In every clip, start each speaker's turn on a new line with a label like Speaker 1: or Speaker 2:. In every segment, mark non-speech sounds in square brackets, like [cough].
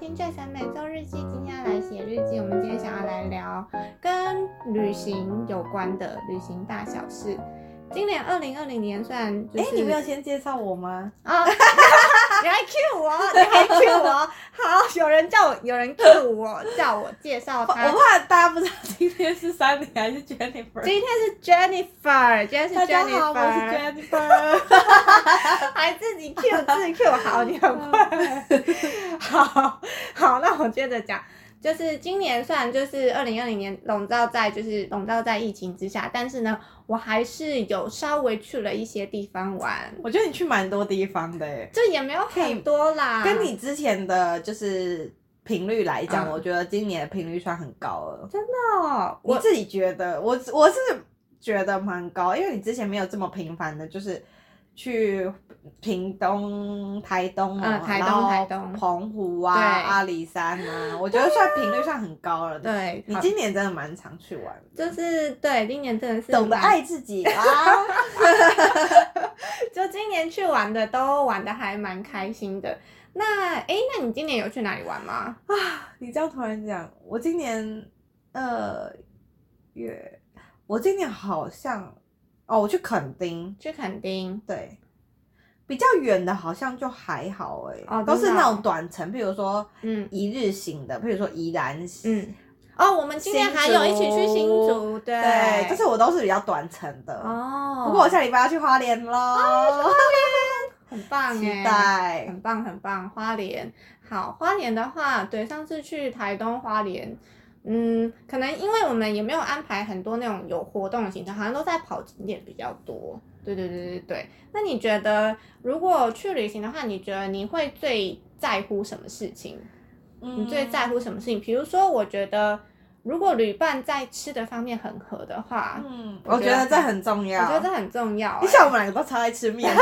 Speaker 1: 听这神每周日记，今天要来写日记。我们今天想要来聊跟旅行有关的旅行大小事。今年二零二零年虽然就
Speaker 2: 哎、
Speaker 1: 是，
Speaker 2: 你没有先介绍我吗？ [laughs]
Speaker 1: 啊、你还 Q 我，你还 Q 我，好，有人叫我，有人 Q 我，叫我介绍
Speaker 2: 我
Speaker 1: 他。
Speaker 2: 怕大家不知道今天是 Sunny 还是 Jennifer。
Speaker 1: 今天是 Jennifer，今天是
Speaker 2: 大家好，我是
Speaker 1: Jennifer，
Speaker 2: Jennifer。
Speaker 1: 还自己 Q
Speaker 2: [laughs]
Speaker 1: 自 Q，好， [laughs] 你
Speaker 2: 嗯
Speaker 1: 很快。 [laughs] 好好，那我接着讲，就是今年虽然就是二零二零年笼罩在就是笼罩在疫情之下，但是呢，我还是有稍微去了一些地方玩，
Speaker 2: 我觉得你去蛮多地方的诶，
Speaker 1: 这也没有
Speaker 2: 可以
Speaker 1: 很多啦，
Speaker 2: 跟你之前的就是频率来讲，
Speaker 1: 嗯
Speaker 2: 我觉得今年的频率算很高了。
Speaker 1: 哦，
Speaker 2: 我
Speaker 1: 我
Speaker 2: 自己觉得，我我是觉得蛮高，因为你之前没有这么频繁的，就是去屏东、台东啊，
Speaker 1: 嗯台东
Speaker 2: 然后
Speaker 1: 台东
Speaker 2: 澎湖啊、
Speaker 1: 对
Speaker 2: 阿里山啊，我觉得算频率算很高了。
Speaker 1: 对，
Speaker 2: 你
Speaker 1: 好
Speaker 2: 今年真的蛮常去玩的，
Speaker 1: 就是对今年真的是
Speaker 2: 懂得
Speaker 1: 蛮
Speaker 2: 爱自己啊！
Speaker 1: [laughs] 就今年去玩的都玩的还蛮开心的。那诶，那你今年有去哪里玩吗？
Speaker 2: 你这样突然讲，我今年二月，我今年好像哦，我去垦丁，
Speaker 1: 去垦丁，
Speaker 2: 对，比较远的好像就还好哎、
Speaker 1: 哦
Speaker 2: 都
Speaker 1: 真
Speaker 2: 是
Speaker 1: 的
Speaker 2: 那
Speaker 1: 哦
Speaker 2: 种短程，比如说
Speaker 1: 嗯
Speaker 2: 一日行的，比如说宜兰，，
Speaker 1: 嗯，哦，我们今年
Speaker 2: 新
Speaker 1: 还有一起去新
Speaker 2: 竹
Speaker 1: 竹，对，
Speaker 2: 对，就是我都是比较短程的。
Speaker 1: 哦，
Speaker 2: 不过我下礼拜要去花莲喽，
Speaker 1: 很棒
Speaker 2: 期
Speaker 1: 哎，
Speaker 2: 待。
Speaker 1: 很棒很棒，花莲。好，花莲的话，对，上次去台东花莲，嗯，可能因为我们也没有安排很多那种有活动的行程，好像都在跑景点比较多。对对对对对。那你觉得，如果去旅行的话，你觉得你会最在乎什么事情？你
Speaker 2: 你
Speaker 1: 最在乎什么事情？比如说，我觉得如果旅伴在吃的方面很合的话，
Speaker 2: 嗯，
Speaker 1: 啊我
Speaker 2: 我
Speaker 1: 觉
Speaker 2: 觉
Speaker 1: 得
Speaker 2: 得这很重
Speaker 1: 我
Speaker 2: 要。
Speaker 1: 觉得这很重要、
Speaker 2: 你
Speaker 1: 欸。
Speaker 2: 像我们两个都超爱吃面，
Speaker 1: [laughs]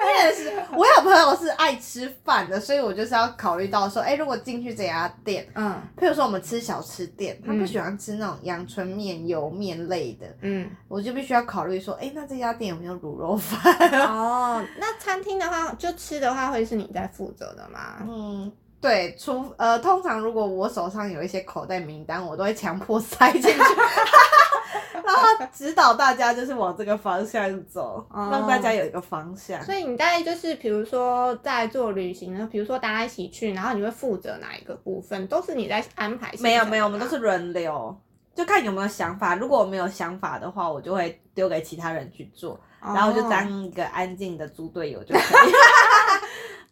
Speaker 1: 我也是，
Speaker 2: 我有朋友是爱吃饭的，所以我就是要考虑到说，哎、如果进去这家店，
Speaker 1: 嗯
Speaker 2: 譬如说我们吃小吃店，他
Speaker 1: 嗯
Speaker 2: 不喜欢吃那种阳春面、油面类的，
Speaker 1: 嗯。
Speaker 2: 我就必须要考虑说，哎、那这家店有没有卤肉饭？
Speaker 1: [laughs] 哦，那餐厅的话，就吃的话会是你在负责的吗？
Speaker 2: 嗯，对，除呃，通常如果我手上有一些口袋名单，我都会强迫塞进去， [laughs] 然后指导大家就是往这个方向走，
Speaker 1: 哦
Speaker 2: 让大家有一个方向。
Speaker 1: 所以你大概就是，比如说在做旅行，然后比如说大家一起去，然后你会负责哪一个部分，都是你在安排行程的吗。
Speaker 2: 没有没有，我们都是轮流，就看有没有想法。如果我没有想法的话，我就会丢给其他人去做，
Speaker 1: 哦，
Speaker 2: 然后就当一个安静的猪队友就可 [laughs] 以，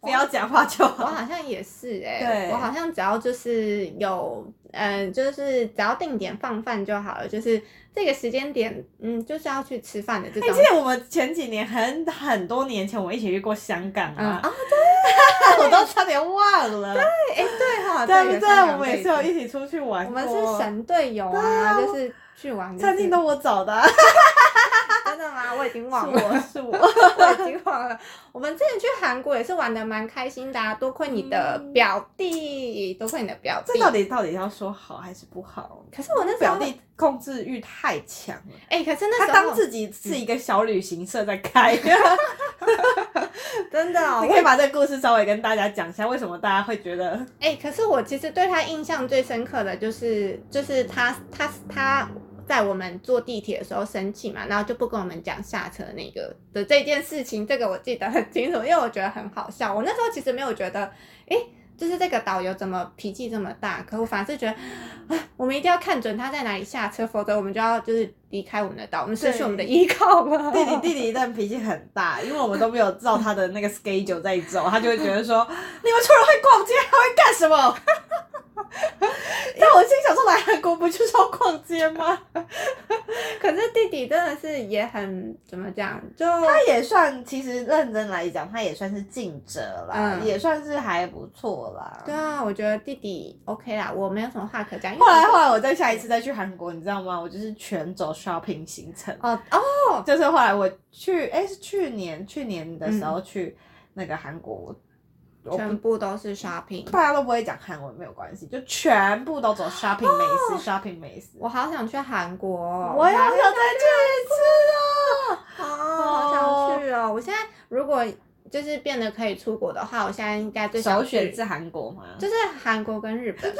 Speaker 2: 不要讲话就
Speaker 1: 我
Speaker 2: 好。
Speaker 1: 好像也是哎、
Speaker 2: 对
Speaker 1: 我好像只要就是有，嗯、就是只要定点放饭就好了，就是这个时间点，嗯，就是要去吃饭的这
Speaker 2: 而
Speaker 1: 种。
Speaker 2: 且我们前几年很很多年前，我们一起去过香港
Speaker 1: 嗯
Speaker 2: 啊
Speaker 1: 啊，，
Speaker 2: [laughs] 我都差点忘了，
Speaker 1: 对哎、对哈，
Speaker 2: 对
Speaker 1: 这
Speaker 2: 不
Speaker 1: 个
Speaker 2: 对？
Speaker 1: 香港
Speaker 2: 我们也是
Speaker 1: 这
Speaker 2: 有
Speaker 1: 个
Speaker 2: 一起出去玩
Speaker 1: 我
Speaker 2: 过，
Speaker 1: 们是神队友啊，就是去玩就是
Speaker 2: 餐厅都我找的啊，
Speaker 1: 真的吗？我已经忘
Speaker 2: 是
Speaker 1: 了，
Speaker 2: 我 [laughs] 是我，
Speaker 1: [laughs] 我已经忘了。我们之前去韩国也是玩的蛮开心的、啊，多亏你的表弟，多亏你的表弟
Speaker 2: 嗯这。到底到底要说好还是不好？
Speaker 1: 可是我那时候
Speaker 2: 表，弟控制欲太强了。
Speaker 1: 哎、可是那
Speaker 2: 他
Speaker 1: 时候
Speaker 2: 当自己是一个小旅行社在 [laughs] 开，
Speaker 1: 真的、哦
Speaker 2: [laughs] 你，可以把这个故事稍微跟大家讲一下，为什么大家会觉得
Speaker 1: 哎、可是我其实对他印象最深刻的就是，就是他他他在我们坐地铁的时候生气嘛，然后就不跟我们讲下车那个的这件事情，这个我记得很清楚，因为我觉得很好笑。我那时候其实没有觉得，哎、就是这个导游怎么脾气这么大？可我反而是觉得，啊，我们一定要看准他在哪里下车，否则我们就要就是离开我们的岛，我们失去我们的依靠了。
Speaker 2: [laughs] 弟弟弟弟一旦脾气很大，因为我们都没有照他的那个 schedule 在走，他就会觉得说你们除了会逛街还会干什么？ [laughs] 但我心想说来韩国不就是要逛街吗？
Speaker 1: [laughs] 可是弟弟真的是也很怎么讲，就
Speaker 2: 他也算，其实认真来讲，他也算是尽责啦，
Speaker 1: 嗯
Speaker 2: 也算是还不错啦。
Speaker 1: 对啊，我觉得弟弟 OK 啦，我没有什么话可讲。因为
Speaker 2: 后来后来我再下一次再去韩国，你知道吗？我就是全走 shopping 行程。
Speaker 1: 哦哦，
Speaker 2: 就是后来我去，哎、是去年去年的时候去那个韩国，我我
Speaker 1: 全部都是 shopping。
Speaker 2: 大家都不会讲韩文，没有关系，就全部都走啊 shopping 美食、s h o p p i n g 美食。
Speaker 1: 我好想去韩国哦，
Speaker 2: 我要
Speaker 1: 好
Speaker 2: 想再去一次啊！
Speaker 1: 哦好想去哦！我现在如果就是变得可以出国的话，我现在应该最想
Speaker 2: 首
Speaker 1: 去
Speaker 2: 选是韩国吗？ [laughs]
Speaker 1: 就是韩国跟日本吧。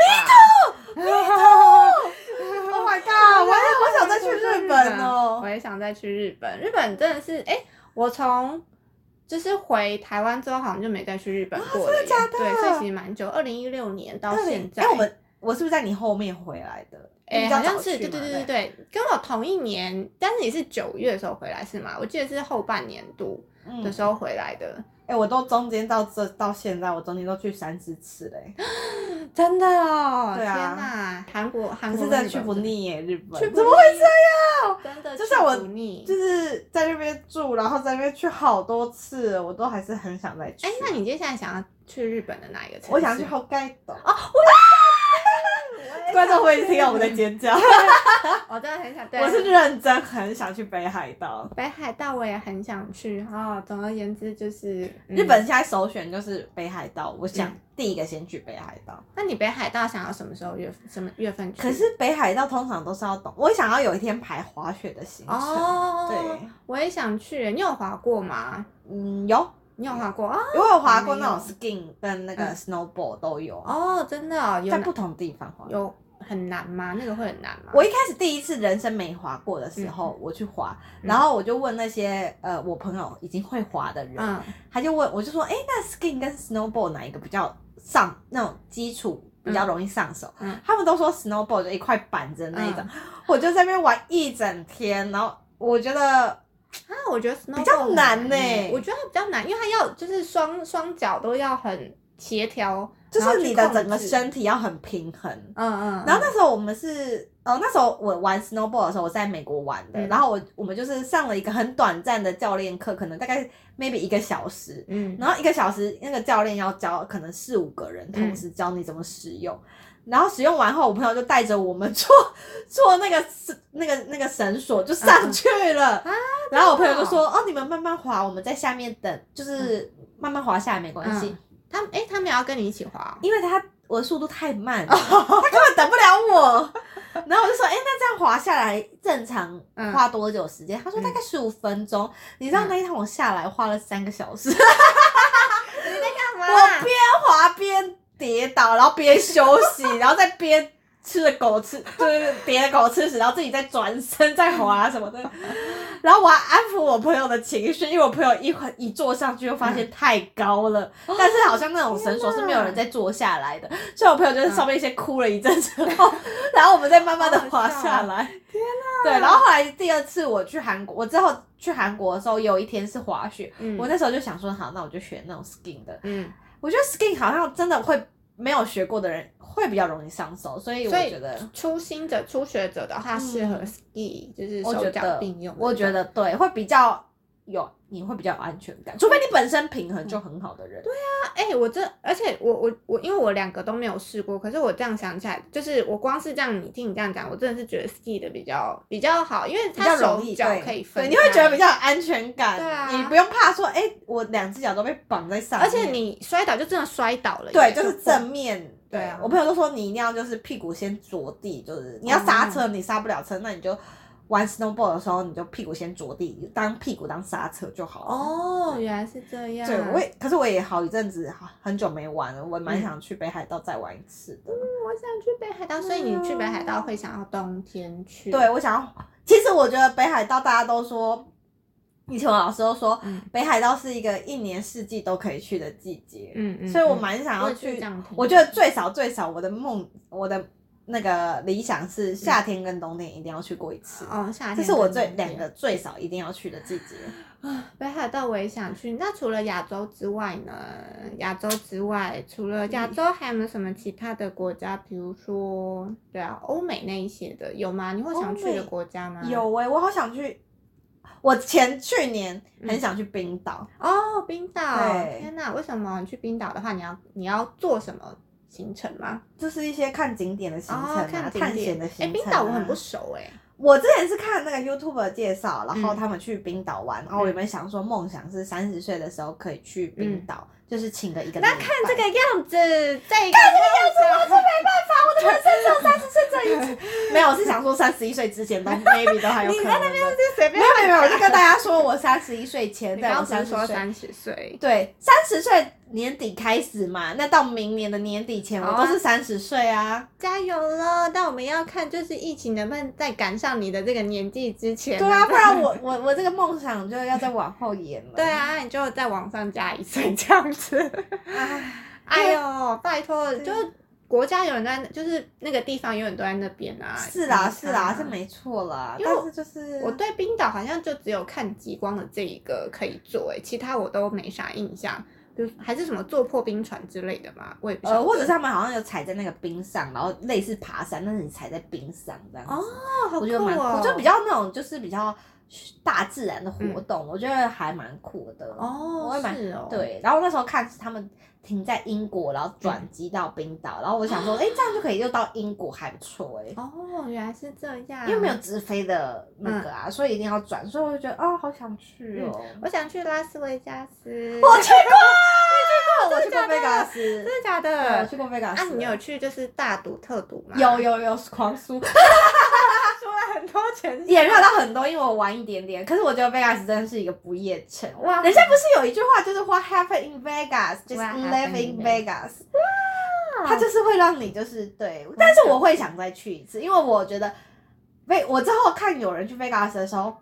Speaker 2: Oh my [laughs] god！我还我想再去日本
Speaker 1: 我
Speaker 2: 哦。
Speaker 1: 也想再去日本。日本真的是，哎、我从就是回台湾之后，好像就没再去日本过了耶、
Speaker 2: 啊真的假的
Speaker 1: 对，所以其实蛮久，二零一六年到现在。
Speaker 2: 哎，我们我是不是在你后面回来的？你
Speaker 1: 哎、
Speaker 2: 比较
Speaker 1: 好像
Speaker 2: 早
Speaker 1: 是
Speaker 2: 去
Speaker 1: 对对
Speaker 2: 嘛
Speaker 1: 对对对，跟我同一年，但是你是九月的时候回来是吗？我记得是后半年度
Speaker 2: 嗯
Speaker 1: 的时候回来
Speaker 2: [laughs]
Speaker 1: 的，
Speaker 2: 哎、我都中间到这到现在，我中间都去三四次欸嘞、
Speaker 1: 真的哦，
Speaker 2: 对啊
Speaker 1: 天哪，韩国韩
Speaker 2: 可
Speaker 1: 国
Speaker 2: 是真
Speaker 1: 跟
Speaker 2: 的
Speaker 1: 日
Speaker 2: 去
Speaker 1: 本
Speaker 2: 不
Speaker 1: 真的，
Speaker 2: 腻耶、日本
Speaker 1: 去不
Speaker 2: 怎么会？
Speaker 1: 这样？真的
Speaker 2: 就
Speaker 1: 去
Speaker 2: 像我
Speaker 1: 不腻，
Speaker 2: 就是在那边住，然后在那边去好多次，我都还是很想再去。
Speaker 1: 哎、那你接下来想要去日本的哪一个城市？哦 [laughs]
Speaker 2: 我想去好盖岛啊！
Speaker 1: 我也
Speaker 2: [laughs] 观众会
Speaker 1: 想
Speaker 2: 听到我
Speaker 1: 去
Speaker 2: 们在尖叫。
Speaker 1: 我真的很
Speaker 2: [laughs]
Speaker 1: 想，对
Speaker 2: 我是认真很想去北海道。
Speaker 1: 北海道，我也很想去哦。总而言之，就是、嗯
Speaker 2: 日本。现在首选就是北海道，我想第一个先去北海道。
Speaker 1: 那你北海道想要什么时候月什么月份去？
Speaker 2: 可是北海道通常都是要懂，我想要有一天排滑雪的行程。
Speaker 1: 哦，
Speaker 2: 对，
Speaker 1: 我也想去。欸你有滑过吗？
Speaker 2: 嗯，有
Speaker 1: 你有滑过啊？
Speaker 2: 因为我滑过那
Speaker 1: 没
Speaker 2: 种
Speaker 1: 有
Speaker 2: skiing 跟那个
Speaker 1: 嗯
Speaker 2: snowboard 都有，
Speaker 1: 哦，真的哦、有
Speaker 2: 在
Speaker 1: 哪
Speaker 2: 不同地方滑。
Speaker 1: 有很难吗？那个会很难吗？
Speaker 2: 我一开始第一次人生没滑过的时候，我去滑，
Speaker 1: 嗯
Speaker 2: 然后我就问那些呃我朋友已经会滑的人，
Speaker 1: 嗯
Speaker 2: 他就问我就说，哎、那 skiing 跟 snowboard 哪一个比较上那种基础比较容易上手？
Speaker 1: 嗯
Speaker 2: 他们都说 snowboard 就一块板子的那一种，
Speaker 1: 嗯
Speaker 2: 我就在那边玩一整天，然后我觉得
Speaker 1: 啊，我觉得 snowboard
Speaker 2: 比较
Speaker 1: 很
Speaker 2: 难
Speaker 1: 难
Speaker 2: 呢
Speaker 1: 欸我觉得它比较难，因为它要就是双双脚都要很协调，
Speaker 2: 就
Speaker 1: 然后
Speaker 2: 是
Speaker 1: 去
Speaker 2: 你的
Speaker 1: 控
Speaker 2: 整个
Speaker 1: 制
Speaker 2: 身体要很平衡。
Speaker 1: 嗯嗯，
Speaker 2: 然后那时候我们是，呃，那时候我玩 snowboard 的时候，我在美国玩的，
Speaker 1: 嗯
Speaker 2: 然后我我们就是上了一个很短暂的教练课，可能大概 maybe 一个小时，
Speaker 1: 嗯
Speaker 2: 然后一个小时那个教练要教可能四五个人
Speaker 1: 嗯
Speaker 2: 同时教你怎么使用，然后使用完后，我朋友就带着我们做做那个绳那个那个绳索就上去了，
Speaker 1: 嗯啊
Speaker 2: 然后我朋友就说，哦，你们慢慢滑，我们在下面等，就是慢慢滑下来没关系，
Speaker 1: 嗯他们哎、他们也要跟你一起哦滑
Speaker 2: 因为他我的速度太慢
Speaker 1: 哦
Speaker 2: 了，他根本等不了我。然后我就说，哎、那这样滑下来正常
Speaker 1: 嗯
Speaker 2: 花多久时间？他说大概十五分钟。你知道
Speaker 1: 嗯
Speaker 2: 那一趟我下来花了三个小时，
Speaker 1: 干嘛
Speaker 2: 我边滑边跌倒，然后边休 [laughs] 息，然后再边吃着狗吃，就是别的狗吃屎，然后自己再转身再滑什么的。然后我还安抚我朋友的情绪，因为我朋友一会一坐上去就发现太高了，但是好像那种绳索是没有人再坐下来的，所以我朋友就在上面先哭了一阵之 [laughs] 后，然后我们再慢慢的滑下来。天哪！对，然后后来第二次我去韩国，我之后去韩国的时候有一天是滑雪，
Speaker 1: 嗯
Speaker 2: 我那时候就想说，好，那我就选那种 skiing 的，
Speaker 1: 嗯，
Speaker 2: 我觉得 skin 好像真的会没有学过的人会比较容易上手，所以我
Speaker 1: 所以
Speaker 2: 觉得，
Speaker 1: 初心者、初学者的话，
Speaker 2: 嗯
Speaker 1: 适合 ski，、就是
Speaker 2: 我
Speaker 1: 手
Speaker 2: 觉
Speaker 1: 脚
Speaker 2: 得
Speaker 1: 并用的
Speaker 2: 我觉
Speaker 1: 那种
Speaker 2: 得对，会比较有，你会比较有安全感，除非你本身平衡
Speaker 1: 嗯
Speaker 2: 就很好的人。对，
Speaker 1: 啊，哎、我这，而且我我我，因为我两个都没有试过，可是我这样想起来，就是我光是这样，你听你这样讲，我真的是觉得 ski 的比较比较好，因为
Speaker 2: 比较
Speaker 1: 它手
Speaker 2: 容易，
Speaker 1: 脚
Speaker 2: 对，
Speaker 1: 可以分开，
Speaker 2: 对你会觉得比较有安全感，
Speaker 1: 对啊
Speaker 2: 你不用怕说，哎、我两只脚都被绑在上面，
Speaker 1: 而且你摔倒就真的摔倒了耶，
Speaker 2: 对，就是
Speaker 1: 这
Speaker 2: 正面。
Speaker 1: 对啊
Speaker 2: 我朋友都说你一定要就是屁股先着地，就是你要刹
Speaker 1: 哦
Speaker 2: 车，你刹不了车，那你就玩 snowboard 的时候，你就屁股先着地，当屁股当刹车就好了。
Speaker 1: 哦，原来是这样，
Speaker 2: 对，我也，可是我也好一阵子好很久没玩了，我也
Speaker 1: 嗯
Speaker 2: 蛮想去北海道再玩一次的。
Speaker 1: 我想去北海道，所以你去北海道会想要冬天去，
Speaker 2: 嗯对，我想要，其实我觉得北海道大家都说，以前我老师都说，
Speaker 1: 嗯
Speaker 2: 北海道是一个一年四季都可以去的季节，
Speaker 1: 嗯嗯，
Speaker 2: 所以我
Speaker 1: 嗯
Speaker 2: 蛮想
Speaker 1: 我
Speaker 2: 要
Speaker 1: 也是
Speaker 2: 去
Speaker 1: 这。样听，
Speaker 2: 我觉得最少最少，我的梦，我的那个理想是夏天跟冬天一定要去过一次，
Speaker 1: 嗯哦，夏天
Speaker 2: 这是我
Speaker 1: 跟
Speaker 2: 最
Speaker 1: 冬
Speaker 2: 两
Speaker 1: 天
Speaker 2: 个最少一定要去的季节。
Speaker 1: 啊，北海道我也想去。那除了亚洲之外呢？亚洲之外，除了亚洲，还有没有什么其他的国家？比如说，对啊，欧美那一些的有吗？你会想去的国家吗？
Speaker 2: 有哎、我好想去，我前去年很
Speaker 1: 嗯
Speaker 2: 想去冰岛。
Speaker 1: 哦，冰岛。
Speaker 2: 对
Speaker 1: 天哪，为什么你去冰岛的话，你要你要做什么行程吗？
Speaker 2: 就是一些看景点的行程啊，
Speaker 1: 哦，看景
Speaker 2: 探
Speaker 1: 点
Speaker 2: 险的行
Speaker 1: 哎，
Speaker 2: 程、啊。
Speaker 1: 冰岛我很不。熟哎、
Speaker 2: 我之前是看那个 YouTube 介绍，然后
Speaker 1: 嗯
Speaker 2: 他们去冰岛玩，然后我原本想说梦想是三十岁的时候可以去冰岛，就是请个一个。
Speaker 1: 嗯那看这个，样子，这个
Speaker 2: 看这个样子，我是没办法，我的人生只有三十岁这一次。没有，我是想说三十一岁之
Speaker 1: [laughs]
Speaker 2: 前都 maybe 都还有可能。
Speaker 1: 你在那边就随
Speaker 2: 没
Speaker 1: 便
Speaker 2: 有没有没有，我就
Speaker 1: 乱讲
Speaker 2: 跟大家说，我三十一岁前，
Speaker 1: 你
Speaker 2: 在
Speaker 1: 刚刚
Speaker 2: 我
Speaker 1: 不
Speaker 2: 三
Speaker 1: 是
Speaker 2: 十
Speaker 1: 说
Speaker 2: 岁
Speaker 1: 三十岁？
Speaker 2: 对，三十岁年底开始嘛，那到明年的年底前，
Speaker 1: 好
Speaker 2: 我
Speaker 1: 啊
Speaker 2: 都是三十岁啊。
Speaker 1: 加油了！但我们要看就是疫情能不能在赶上你的这个年纪之前。
Speaker 2: 对啊，不然我我我这个梦想就要再往后延了。
Speaker 1: 对，
Speaker 2: [laughs]
Speaker 1: 啊，你就再往上加一岁这样子。啊
Speaker 2: 唉，
Speaker 1: [laughs] 哎呦，拜托，
Speaker 2: 对
Speaker 1: 就国家有人在，就是那个地方有人都在那边啊。
Speaker 2: 是啦
Speaker 1: 你
Speaker 2: 是
Speaker 1: 看
Speaker 2: 啦
Speaker 1: 啊
Speaker 2: 是。没错啦，
Speaker 1: 因为我
Speaker 2: 但是就是
Speaker 1: 我对冰岛好像就只有看极光的这一个可以做、哎，其他我都没啥印象。比如还是什么坐破冰船之类的嘛，我也不晓得。
Speaker 2: 呃，或者是他们好像有踩在那个冰上，然后类似爬山，但是你踩在冰上这样子。
Speaker 1: 哦，好酷
Speaker 2: 我觉得蛮酷，
Speaker 1: 哦，
Speaker 2: 就比较那种就是比较大自然的活动，我觉得还蛮酷的。我
Speaker 1: 嗯哦
Speaker 2: 也，蛮
Speaker 1: 是哦，，
Speaker 2: 对，然后那时候看是他们停在英
Speaker 1: 嗯
Speaker 2: 国，然后转机到冰岛，然后我想说，哎、这样就可以又到英国，还不错哎、
Speaker 1: 哦，嗯原来是这样。
Speaker 2: 因为没有直飞的那个啊，
Speaker 1: 嗯
Speaker 2: 所以一定要转，所以我就觉得啊、好想去哦。
Speaker 1: 我想去拉斯维加斯。
Speaker 2: 我去过， [laughs] 我去
Speaker 1: 哦真的
Speaker 2: 过
Speaker 1: 假的
Speaker 2: 贝加斯
Speaker 1: 真，的假
Speaker 2: 对，我
Speaker 1: 的？
Speaker 2: 去过贝加斯。
Speaker 1: 啊，你有去就是大赌特赌吗？
Speaker 2: 有有有狂输，
Speaker 1: 输
Speaker 2: [laughs]
Speaker 1: 了很多钱
Speaker 2: 也没有到很多，因为我玩一点点。可是我觉得 Vegas 真的是一个不夜城。
Speaker 1: 哇
Speaker 2: 人家不是有一句话就是 “What happened in Vegas just
Speaker 1: What
Speaker 2: live
Speaker 1: happened
Speaker 2: in
Speaker 1: in
Speaker 2: Vegas”，它就是会让你就是对，但是我会想再去一次，因为我觉得，被我之后看有人去 Vegas 的时候，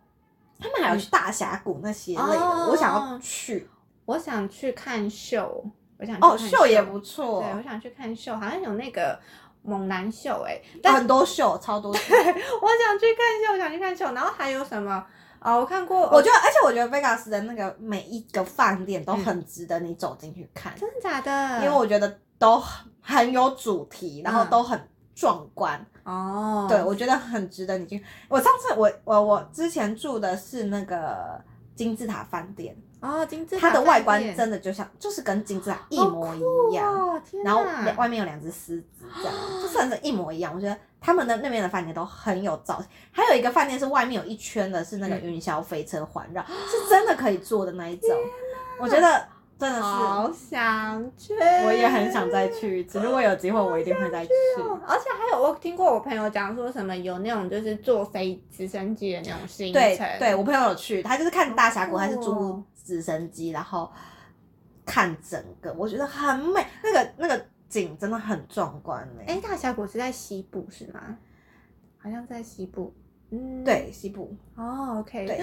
Speaker 2: 他们还有去大峡谷那些类的，
Speaker 1: 哦
Speaker 2: 我想要去。
Speaker 1: 我想去看秀，我想去
Speaker 2: 哦，
Speaker 1: 看
Speaker 2: 秀也不错，
Speaker 1: 对，我想去看秀，好像有那个猛男秀哎、
Speaker 2: 哦
Speaker 1: 但
Speaker 2: 很多秀，超多
Speaker 1: [laughs]
Speaker 2: 秀。
Speaker 1: 我想去看秀，我想去看秀，然后还有什么？哦，我看过，
Speaker 2: [laughs] 我
Speaker 1: 哦
Speaker 2: 觉得，而且我觉得 Vegas 的那个每一个饭店都很值得你走进去看。
Speaker 1: 真的假的？
Speaker 2: 因为我觉得都很很有主题，然
Speaker 1: 嗯
Speaker 2: 后都很壮观。
Speaker 1: 哦，
Speaker 2: 对，我觉得很值得你去。我上次我我我之前住的是那个金字塔饭店，
Speaker 1: 哦，金字塔
Speaker 2: 它的外观
Speaker 1: 饭店
Speaker 2: 真的就像就是跟金字塔一模一样。
Speaker 1: 好酷哦、天
Speaker 2: 然后
Speaker 1: 哪
Speaker 2: 两外面有两只狮子，
Speaker 1: [gasps]
Speaker 2: 这样就是很一模一样。我觉得他们的那边的饭店都很有造型，还有一个饭店是外面有一圈的是那个
Speaker 1: 嗯
Speaker 2: 云霄飞车环绕，是真的可以坐的那一种。我觉得真的是
Speaker 1: 好想去，
Speaker 2: 我也很想再去一
Speaker 1: [laughs]
Speaker 2: 次，如果有机会，我一定会再去。
Speaker 1: 哦。而且还有，我听过我朋友讲说什么有那种就是坐飞直升机的那种行程，
Speaker 2: 对对，我朋友有去，他就是看大峡谷，
Speaker 1: 哦
Speaker 2: 他是租直升机，然后看整个，我觉得很美，那个那个景真的很壮观欸呢、
Speaker 1: 哎，大峡谷是在西部是吗？好像在西部。嗯，
Speaker 2: 对，西部，
Speaker 1: 哦，OK，
Speaker 2: 对，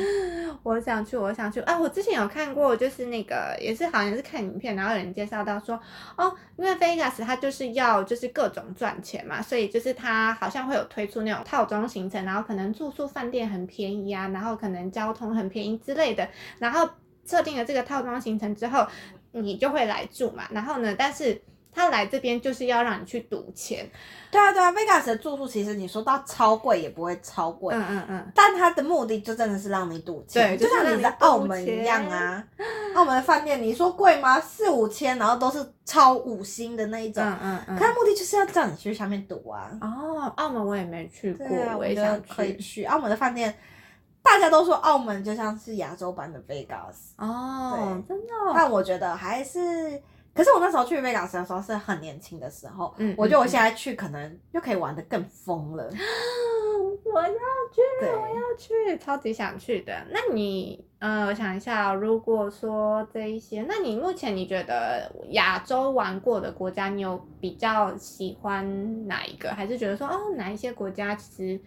Speaker 1: 我想去，我想去。啊，我之前有看过，就是那个也是好像是看影片，然后有人介绍到说，哦，因为 Vegas 它就是要就是各种赚钱嘛，所以就是它好像会有推出那种套装行程，然后可能住宿饭店很便宜啊，然后可能交通很便宜之类的，然后设定了这个套装行程之后，你就会来住嘛。然后呢，但是他来这边就是要让你去赌钱，
Speaker 2: 对啊对
Speaker 1: 嗯
Speaker 2: 啊，Vegas 的住宿其实你说到超贵也不会超贵，
Speaker 1: 嗯嗯嗯，
Speaker 2: 但它的目的就真的是让你赌钱，
Speaker 1: 对就
Speaker 2: 就是像
Speaker 1: 让
Speaker 2: 你
Speaker 1: 你
Speaker 2: 在澳
Speaker 1: 赌
Speaker 2: 门一
Speaker 1: 钱
Speaker 2: 样啊。澳门的饭店你说贵吗？四五千，然后都是超五星的那一种，
Speaker 1: 嗯嗯
Speaker 2: 可
Speaker 1: 嗯。
Speaker 2: 它目的就是要叫你去下面赌啊。
Speaker 1: 哦，澳门我也没去过，
Speaker 2: 对啊，
Speaker 1: 我
Speaker 2: 觉
Speaker 1: 也
Speaker 2: 得
Speaker 1: 想
Speaker 2: 可以
Speaker 1: 去。
Speaker 2: 去澳门的饭店。大家都说澳门就像是亚洲版的 Vegas，、
Speaker 1: 哦，真的哦，
Speaker 2: 但我觉得还是，可是我那时候去 Vegas 的时候是很年轻的时候，
Speaker 1: 嗯
Speaker 2: 我觉得我
Speaker 1: 嗯
Speaker 2: 现在去可能又可以玩的更疯了。
Speaker 1: 我要去，
Speaker 2: 嗯对
Speaker 1: 我要去，超级想去的。那你，呃，我想一下哦、如果说这一些，那你目前你觉得亚洲玩过的国家，你有比较喜欢哪一个？还是觉得说，哦，哪一些国家其实，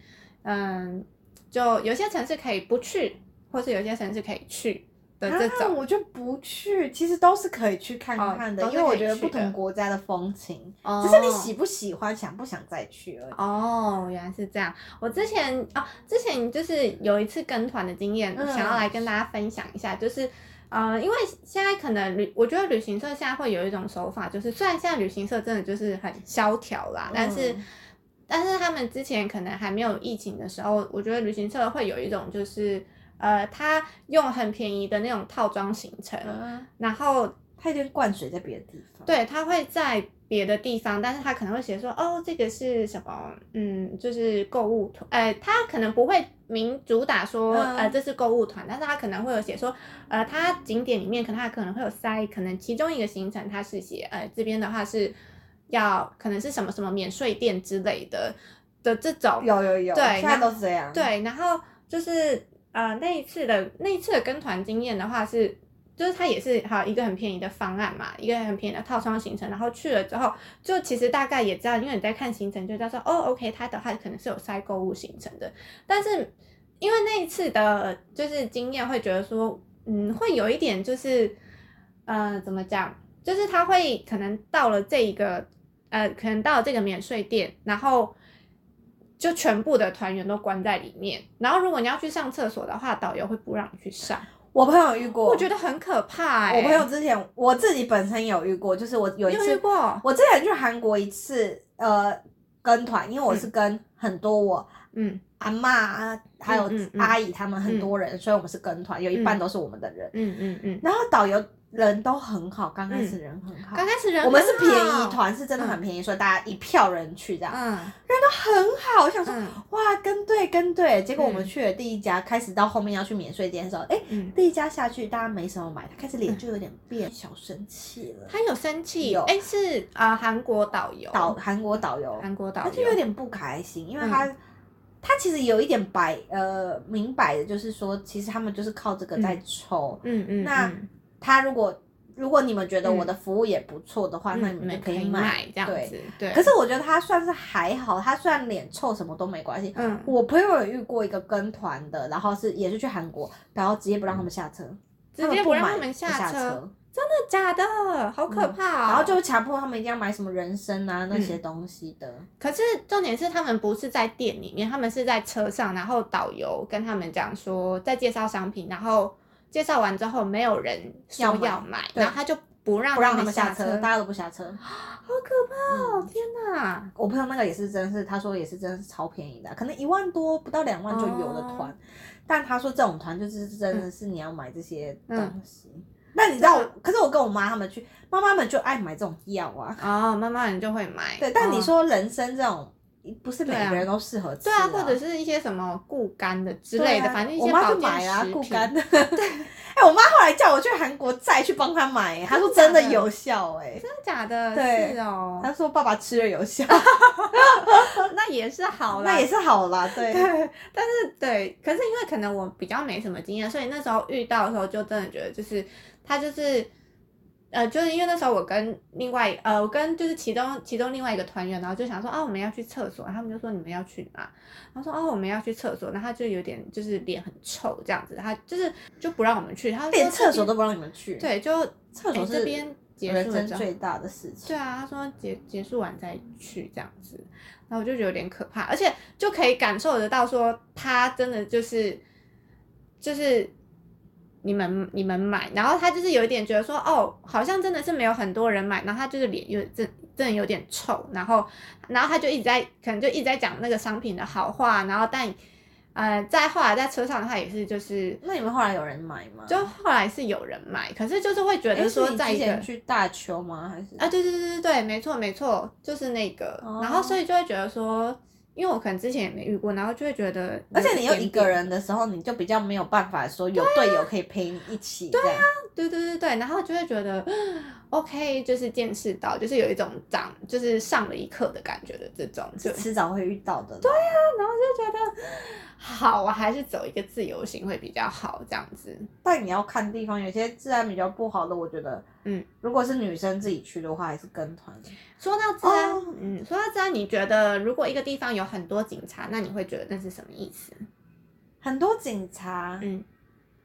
Speaker 1: 嗯，就有些城市可以不去，或是有些城市可以去的这
Speaker 2: 啊，
Speaker 1: 种。
Speaker 2: 我就不去，其实都是可以去看
Speaker 1: 哦
Speaker 2: 看的，
Speaker 1: 都是
Speaker 2: 因为我
Speaker 1: 可以
Speaker 2: 觉得
Speaker 1: 去
Speaker 2: 不同
Speaker 1: 的
Speaker 2: 国家的风情，
Speaker 1: 哦
Speaker 2: 啊只是你喜不喜欢、想不想再去而已。
Speaker 1: 哦，原来是这样。我之前哦，之前就是有一次跟团的经验，
Speaker 2: 嗯
Speaker 1: 想要来跟大家分享一下，就是。呃，因为现在可能旅，我觉得旅行社现在会有一种手法，就是虽然现在旅行社真的就是很萧条啦，但是、
Speaker 2: 嗯
Speaker 1: 但是他们之前可能还没有疫情的时候，我觉得旅行社会有一种就是呃，他用很便宜的那种套装行程，
Speaker 2: 嗯，
Speaker 1: 然后
Speaker 2: 他有点灌水在别的地方。
Speaker 1: 对，他会在别的地方，但是他可能会写说，哦，这个是什么？嗯，就是购物团，呃，他可能不会明主打说，
Speaker 2: 嗯
Speaker 1: 呃，这是购物团，但是他可能会有写说，呃，他景点里面可能他可能会有塞，可能其中一个行程他是写，呃，这边的话是要可能是什么什么免税店之类的。的这种。
Speaker 2: 有有有，
Speaker 1: 对
Speaker 2: 现在都是这样。，
Speaker 1: 对，然后就是呃那一次的那一次的跟团经验的话是，就是它也是好一个很便宜的方案嘛，一个很便宜的套装行程，然后去了之后就其实大概也知道，因为你在看行程就知道说哦，OK，它的话可能是有塞购物行程的，但是因为那一次的就是经验会觉得说，嗯，会有一点就是呃怎么讲，就是他会可能到了这一个呃，可能到了这个免税店，然后就全部的团员都关在里面，然后如果你要去上厕所的话，导游会不让你去上，
Speaker 2: 我朋友遇过，
Speaker 1: 我觉得很可怕、欸。
Speaker 2: 我朋友之前我自己本身有遇过，就是我有一
Speaker 1: 你有遇
Speaker 2: 次，
Speaker 1: 过，
Speaker 2: 我之前去韩国一次，呃，跟团，因为我是跟很多我
Speaker 1: 嗯
Speaker 2: 阿嬷啊还有
Speaker 1: 嗯嗯嗯
Speaker 2: 阿姨他们很多人，所以我们是跟团，有一半都是我们的人。
Speaker 1: 嗯嗯嗯，
Speaker 2: 然后导游人都很好，刚开始人很好，
Speaker 1: 刚开始人
Speaker 2: 我们是
Speaker 1: 很
Speaker 2: 便
Speaker 1: 好
Speaker 2: 宜，团，啊是真的很便宜，所以大家一票人去这样，
Speaker 1: 嗯
Speaker 2: 很好。我想说，
Speaker 1: 嗯
Speaker 2: 哇，跟对跟对。结果我们
Speaker 1: 嗯
Speaker 2: 去了第一家，开始到后面要去免税店的时候，哎、
Speaker 1: 嗯，
Speaker 2: 第一家下去大家没什么买，他开始脸就有点变，小生气了。
Speaker 1: 他有生气，
Speaker 2: 有
Speaker 1: 哎、是啊、呃韩国导游，
Speaker 2: 导韩国导游，
Speaker 1: 韩国导
Speaker 2: 他
Speaker 1: 游嗯
Speaker 2: 就有点不开心，因为他、他其实有一点白呃明摆的，就是说其实他们就是靠这个在抽。
Speaker 1: 嗯嗯，
Speaker 2: 那
Speaker 1: 嗯
Speaker 2: 他如果如果你们觉得
Speaker 1: 嗯
Speaker 2: 我的服务也不错的话，那
Speaker 1: 嗯
Speaker 2: 你们就
Speaker 1: 可
Speaker 2: 可以
Speaker 1: 以
Speaker 2: 买。
Speaker 1: 这样
Speaker 2: 对
Speaker 1: 子，对。
Speaker 2: 可是我觉得他算是还好，他虽然脸臭什么都没关系。
Speaker 1: 嗯，
Speaker 2: 我朋友有遇过一个跟团的，然后是也是去韩国，然后直接不让他们下车，
Speaker 1: 嗯直接
Speaker 2: 不
Speaker 1: 让
Speaker 2: 买
Speaker 1: 他们
Speaker 2: 不
Speaker 1: 下
Speaker 2: 下
Speaker 1: 车，真的假的？好嗯可怕哦！
Speaker 2: 嗯然后就强迫他们一定要买什么人参啊那些东西的。
Speaker 1: 可是重点是他们不是在店里面，他们是在车上，然后导游跟他们讲说在介绍商品，然后介绍完之后没有人说
Speaker 2: 要
Speaker 1: 要
Speaker 2: 买
Speaker 1: 买，
Speaker 2: 对
Speaker 1: 然后他就不让
Speaker 2: 不让
Speaker 1: 他
Speaker 2: 他们
Speaker 1: 下
Speaker 2: 下车，大家都不下车。
Speaker 1: 好可怕哦！
Speaker 2: 嗯
Speaker 1: 天哪，
Speaker 2: 我朋友那个也是真是，他说也是真是超便宜的啊、可能一万多不到两万就有的团，
Speaker 1: 哦
Speaker 2: 但他说这种团就是真
Speaker 1: 嗯
Speaker 2: 的是你要买这些东西。那你知道我，可是我跟我妈他们去，妈妈们就爱买这种药啊。
Speaker 1: 哦，慢慢你就会买。
Speaker 2: 对，但你
Speaker 1: 哦
Speaker 2: 说人参这种，不是每
Speaker 1: 对啊
Speaker 2: 个人都适合吃、
Speaker 1: 对啊，或者是一些什么固肝的之类的，
Speaker 2: 对啊
Speaker 1: 反正一
Speaker 2: 我
Speaker 1: 些
Speaker 2: 妈
Speaker 1: 保
Speaker 2: 就买
Speaker 1: 健
Speaker 2: 啊
Speaker 1: 食，
Speaker 2: 固
Speaker 1: 品。
Speaker 2: 肝。对， [laughs] 哎、我妈后来叫我去韩国再去帮她买、她说
Speaker 1: 真
Speaker 2: 真的
Speaker 1: 的
Speaker 2: 有效哎、
Speaker 1: 真的假的？
Speaker 2: 对
Speaker 1: 是哦，
Speaker 2: 她说爸爸吃了有效，
Speaker 1: 那也是好啦，
Speaker 2: 那也是好
Speaker 1: [laughs]
Speaker 2: 啦，对。 [laughs]
Speaker 1: 对，但是对，可是因为可能我比较没什么经验，所以那时候遇到的时候就真的觉得就是他就是。呃，就是因为那时候我跟另外呃，我跟就是其中其中另外一个团员，然后就想说啊，我们要去厕所，然后他们就说你们要去哪？然后说哦，我们要去厕所，然后他就有点就是脸很臭这样子，他就是就不让我们去，他就说
Speaker 2: 连
Speaker 1: 这
Speaker 2: 厕所
Speaker 1: 边
Speaker 2: 都不让你们去，，
Speaker 1: 对，就
Speaker 2: 厕所
Speaker 1: 哎
Speaker 2: 是
Speaker 1: 这边结
Speaker 2: 人
Speaker 1: 束了
Speaker 2: 生
Speaker 1: 之后，
Speaker 2: 最大的事情。
Speaker 1: 对啊，他说结结束完再去这样子，然后我就觉得有点可怕，而且就可以感受得到说他真的就是就是你们你们买，然后他就是有一点觉得说哦，好像真的是没有很多人买，然后他就是脸有真真的有点臭，然后然后他就一直在可能就一直在讲那个商品的好话，然后但呃在后来在车上的话也是就是
Speaker 2: 那你们后来有人买吗？
Speaker 1: 就后来是有人买，可是就是会觉
Speaker 2: 哎
Speaker 1: 得
Speaker 2: 是
Speaker 1: 说
Speaker 2: 你
Speaker 1: 在
Speaker 2: 之
Speaker 1: 一个
Speaker 2: 前。去大邱吗？还是
Speaker 1: 啊，对对对对对，没错没错，就是那个。
Speaker 2: 哦
Speaker 1: 然后所以就会觉得说，因为我可能之前也没遇过，然后就会觉得，
Speaker 2: 而且你又一个，人的时候，你就比较没有办法说有队友可以陪你一起。对啊，
Speaker 1: 啊对对对对，然后就会觉得 OK，就是见识到，就是有一种长，就是上了一课的感觉的这种，就
Speaker 2: 迟早会遇到的。对啊，
Speaker 1: 好，我还是走一个自由行会比较好，这样子。
Speaker 2: 但你要看地方，有些治安比较不好的，我觉得，
Speaker 1: 嗯，
Speaker 2: 如果是女生自己去的话，还是跟团。
Speaker 1: 说到治安，
Speaker 2: 哦
Speaker 1: 嗯，说到治安，你觉得如果一个地方有很多警察，那你会觉得那是什么意思？
Speaker 2: 很多警察
Speaker 1: 嗯，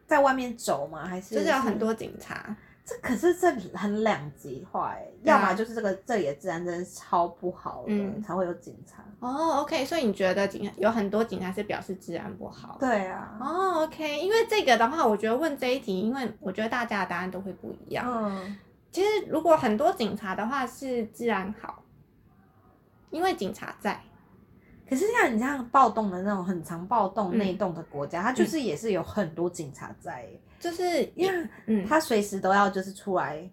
Speaker 2: 在外面走吗？还是
Speaker 1: 就是有很多警察，
Speaker 2: 这可是这很两极化哎、
Speaker 1: 对
Speaker 2: 要
Speaker 1: 啊
Speaker 2: 么就是这个这里的治安真的是超不好的，
Speaker 1: 嗯
Speaker 2: 才会有警察。
Speaker 1: 哦，OK，所以你觉得警有很多警察是表示治安不好？
Speaker 2: 对啊，
Speaker 1: 哦，OK，因为这个的话，我觉得问这一题，因为我觉得大家的答案都会不一样。
Speaker 2: 嗯，
Speaker 1: 其实如果很多警察的话，是治安好，因为警察在。
Speaker 2: 可是像你这样暴动的那种很常暴动
Speaker 1: 嗯
Speaker 2: 内动的国家，它就是也是有很多警察在欸，
Speaker 1: 就是
Speaker 2: 因为
Speaker 1: 嗯，
Speaker 2: 他随时都要就是出来。